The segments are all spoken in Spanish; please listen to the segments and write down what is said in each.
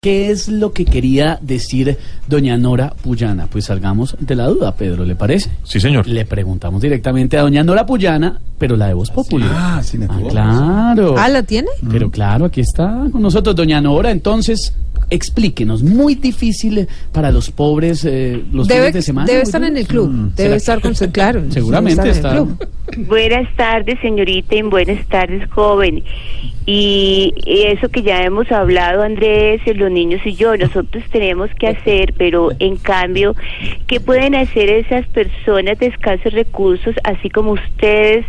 ¿Qué es lo que quería decir doña Nora Puyana? Pues salgamos de la duda, Pedro, ¿le parece? Sí, señor. Le preguntamos directamente a doña Nora Puyana, pero la de Voz Popular. Ah, sí, me Ah, acuerdo. claro. Ah, ¿la tiene? Pero claro, aquí está con nosotros doña Nora, entonces explíquenos, muy difícil eh, para los pobres eh, los Debe, fines de semana. debe muy estar bien. Mm, en el club. ¿será Debe estar con su claro. debe Seguramente está. estar en el club. Buenas tardes, señorita, y buenas tardes, joven. Y, y eso que ya hemos hablado, Andrés, los niños y yo, nosotros tenemos que hacer, pero en cambio, ¿qué pueden hacer esas personas de escasos recursos, así como ustedes,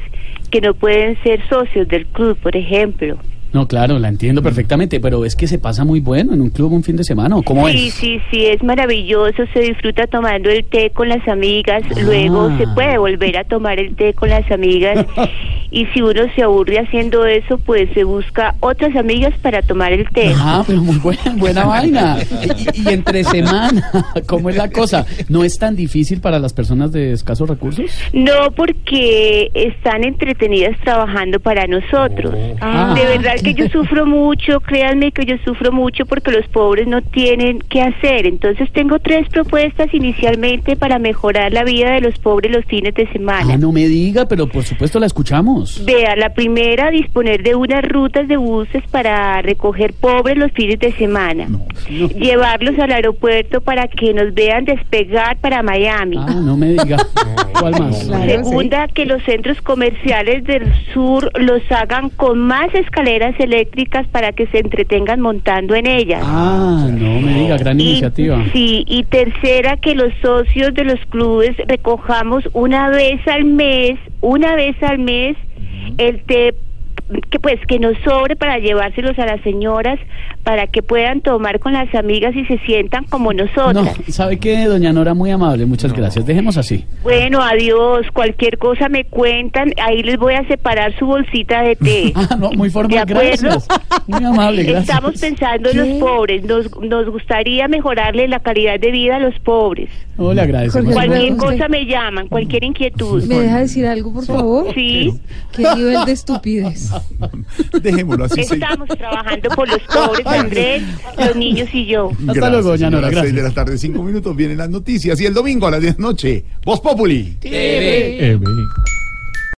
que no pueden ser socios del club, por ejemplo? No, claro, la Mm. entiendo perfectamente, pero es que se pasa muy bueno en un club un fin de semana, ¿o ¿cómo Sí, es? sí, sí, es maravilloso, se disfruta tomando el té con las amigas, Ah. luego se puede volver a tomar el té con las amigas y si uno se aburre haciendo eso, pues se busca otras amigas para tomar el té. Ah, pero muy buena, buena vaina. Y, y entre semana, ¿cómo es la cosa? ¿No es tan difícil para las personas de escasos recursos? No porque están entretenidas trabajando para nosotros. Ah. De verdad que yo sufro mucho, créanme que yo sufro mucho porque los pobres no tienen qué hacer. Entonces tengo tres propuestas inicialmente para mejorar la vida de los pobres los fines de semana. Ah, no me diga, pero por supuesto la escuchamos. Vea, la primera, disponer de unas rutas de buses para recoger pobres los fines de semana. Llevarlos al aeropuerto para que nos vean despegar para Miami. Ah, no me diga. ¿Cuál más? Claro, sí. Segunda, que los centros comerciales del sur los hagan con más escaleras eléctricas para que se entretengan montando en ellas. Ah, no me diga, gran Y- iniciativa. Sí, y tercera, que los socios de los clubes recojamos una vez al mes, una vez al mes, el té que pues que nos sobre para llevárselos a las señoras para que puedan tomar con las amigas y se sientan como No, nosotras. ¿sabe qué, doña Nora? Muy amable, muchas gracias. Dejemos así. Bueno, adiós, cualquier cosa me cuentan, ahí les voy a separar su bolsita de té. Ah, no, muy formal, De acuerdo. gracias. Muy amable, gracias. Estamos pensando en los pobres, nos, nos gustaría mejorarle la calidad de vida a los pobres. No, le agradecemos. Jorge Cualquier Alfredo, cosa usted- me llaman, cualquier inquietud. ¿Me deja decir algo, por favor? Sí, Qué nivel de estupidez. Dejémoslo así. seis- estamos trabajando por los pobres, Andrés, los niños y yo. Hasta luego, doña Nora, señora. Seis de gracias. la tarde, cinco minutos, vienen las noticias. Y el domingo a las 10 de la noche, Voz Populi. Eh, eh.